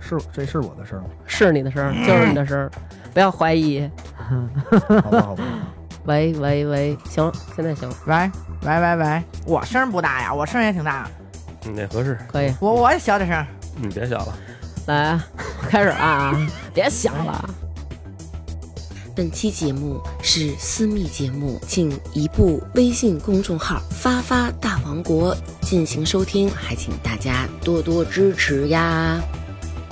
是这是我的 事儿吗？是你的声儿，就是你的声儿，不要怀疑。好吧， 好吧。喂喂喂，行，现在行，喂喂喂喂，我声儿不大呀，我声儿也挺大，你嗯那合适，可以，我我也小点声儿。你别想了。来啊，开始按啊，别想了。本期节目是私密节目，请移步微信公众号“发发大王国”进行收听，还请大家多多支持呀！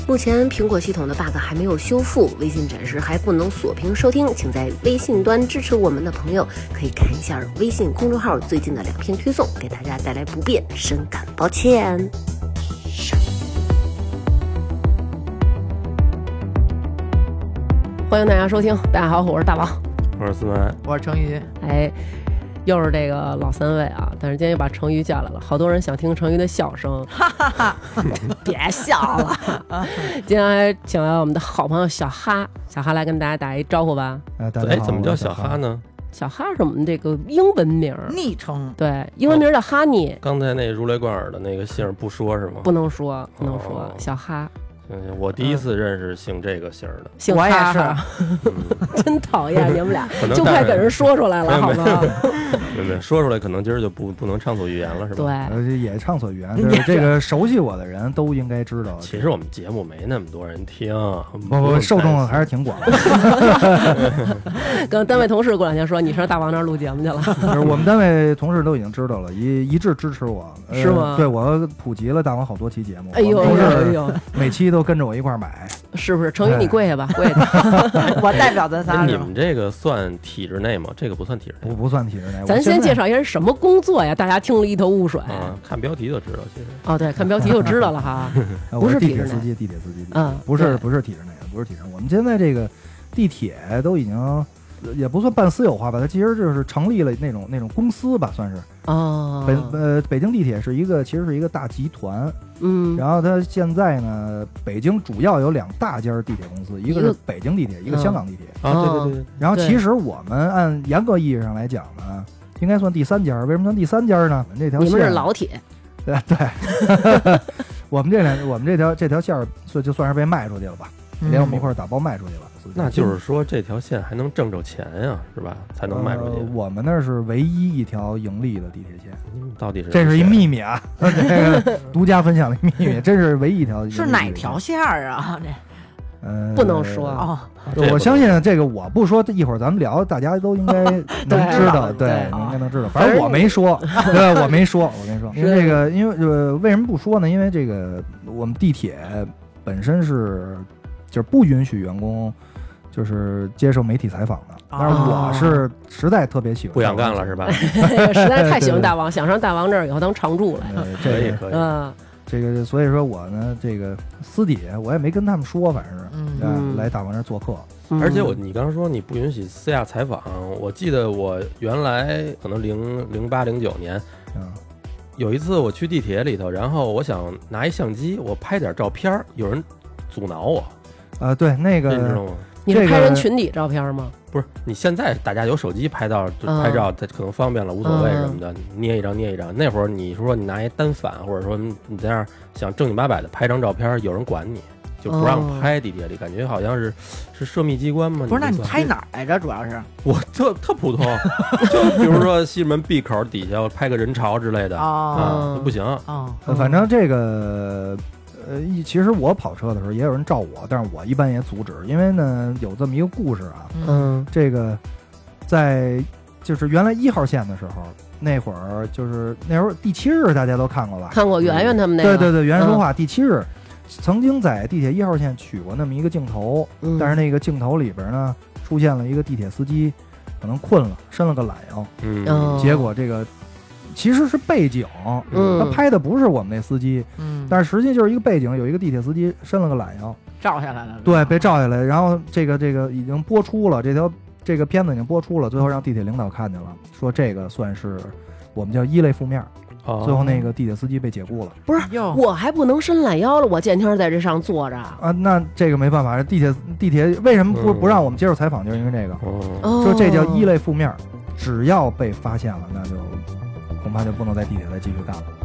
目前苹果系统的 bug 还没有修复，微信暂时还不能锁屏收听，请在微信端支持我们的朋友可以看一下微信公众号最近的两篇推送，给大家带来不便，深感抱歉。欢迎大家收听，大家好，我是大王。我是思文，我是程宇，哎，又是这个老三位啊，但是今天又把成瑜叫来了，好多人想听成瑜的笑声，别笑了。今天还请来我们的好朋友小哈，小哈来跟大家打一招呼吧。哎，大家哎，好怎么我叫是小哈呢？呢？小哈是我们这个英文名儿，昵称对，英文名儿叫哈尼，刚才那如雷贯耳的那个姓儿不说是吗？不能说，不能说哦，小哈，行行，我第一次认识姓这个姓儿的，姓我也哈是哈，嗯啊 真讨厌你们俩，可能就快给人说出来没了，有好吗？对对，说出来可能今儿就不不能畅所欲言了，是吧？对，呃，也畅所 欲言，就是这个熟悉我的人都应该知道。其实我们节目没那么多人听，不不，受众还是挺广 的。跟单位同事过两天说你上大王那儿录节目去了，就是我们单位同事都已经知道了，一一致支持我。呃是吗对，我普及了大王好多期节目，哎呦我哎们呦同哎事呦，每期都跟着我一块儿买。是不是？成宇你跪下哎吧，跪下，我代表咱仨哎，你是吗？们这个算体制内吗？这个不算体制内不不算体制内。咱我现先在介绍一下是什么工作呀？大家听了一头雾水。啊，看标题就知道，其实哦，对，看标题就知道 了哈。呃不我是地体铁制司内机，地铁司机，地铁嗯不对是不是体制内的，不是体制内。我们现在这个地铁都已经呃也不算半私有化吧，它其实就是成立了那种那种公司吧，算是哦，北呃北京地铁是一个其实是一个大集团，嗯，然后它现在呢，北京主要有两大家地铁公司，一个一个是北京地铁，一个嗯香港地铁。啊，对对对，然后对其实我们按严格意义上来讲呢，应该算第三家。为什么算第三家呢？我们这条你线们是老铁， 对对，我们这两我们这条这条线儿算就算是被卖出去了吧。嗯嗯连我们一块儿打包卖出去了。所以那就是说这条线还能挣着钱呀，是吧？才能卖出呃去。我们那儿是唯一一条盈利的地铁线，你们嗯到底是这是一谁秘密 啊！这个独家分享的秘密，这是唯一一条。是哪条？线儿啊？这呃，不能说啊哦，这不我相信这个我不说，一会儿咱们聊，大家都应 该能知道，对对，啊应该能知道。反正我没说， 对，我没说，我没 说。因为这个，因为呃，为什么不说呢？因为这个，我们地铁本身是就是不允许员工就是接受媒体采访的。但是我是实在特别喜欢，不想干了 是吧？？实在太喜欢对对大王，想上大王这儿以后当常驻来。呃， 可这以个可以，嗯，这个，所以说我呢，这个私底下我也没跟他们说，反正是。嗯对吧嗯来大王这儿做客，嗯而且我你刚刚说你不允许私下采访，我记得我原来可能零零八零九年嗯，有一次我去地铁里头，然后我想拿一相机，我拍点照片儿，有人阻挠我，啊，对，那这你知个道吗？你是这个拍人群体照片吗？不是，你现在大家有手机拍到就嗯拍照，它可能方便了，无所谓什么嗯的，捏一张捏一张。那会儿你说你拿一单反，或者说你在那儿想正经八百的拍张照片，有人管你，就不让哦拍地铁里，感觉好像是是涉密机关吗？不是，那你这算拍哪儿来着？主要是我特特普通，就比如说西直门闭口底下我拍个人潮之嗯类的哦啊，不行，哦，呃反正这个，呃，一其实我跑车的时候也有人照我，但是我一般也阻止，因为呢有这么一个故事啊，嗯嗯这个在就是原来一号线的时候，那会儿就是那时候第七日大家都看过吧？看过圆圆他们那对个，对对，原来嗯说话、第七日，曾经在地铁一号线取过那么一个镜头，嗯但是那个镜头里边呢出现了一个地铁司机，可能困了，伸了个懒腰，嗯，哦结果这个其实是背景。嗯他拍的不是我们那司机，嗯，但是实际就是一个背景，有一个地铁司机伸了个懒腰，照下来了，对，被照下来，然后这个这个已经播出了，这条这个片子已经播出了，最后让地铁领导看见了，说这个算是我们叫一类负面，哦最后那个地铁司机被解雇了哟，我还不能伸懒腰了，我见天儿在这上坐着。啊，那这个没办法，地铁地铁为什么不嗯不让我们接受采访，就是因为这个，哦，哦，说这叫一类负面，只要被发现了，那就恐怕就不能在地铁再继续干了。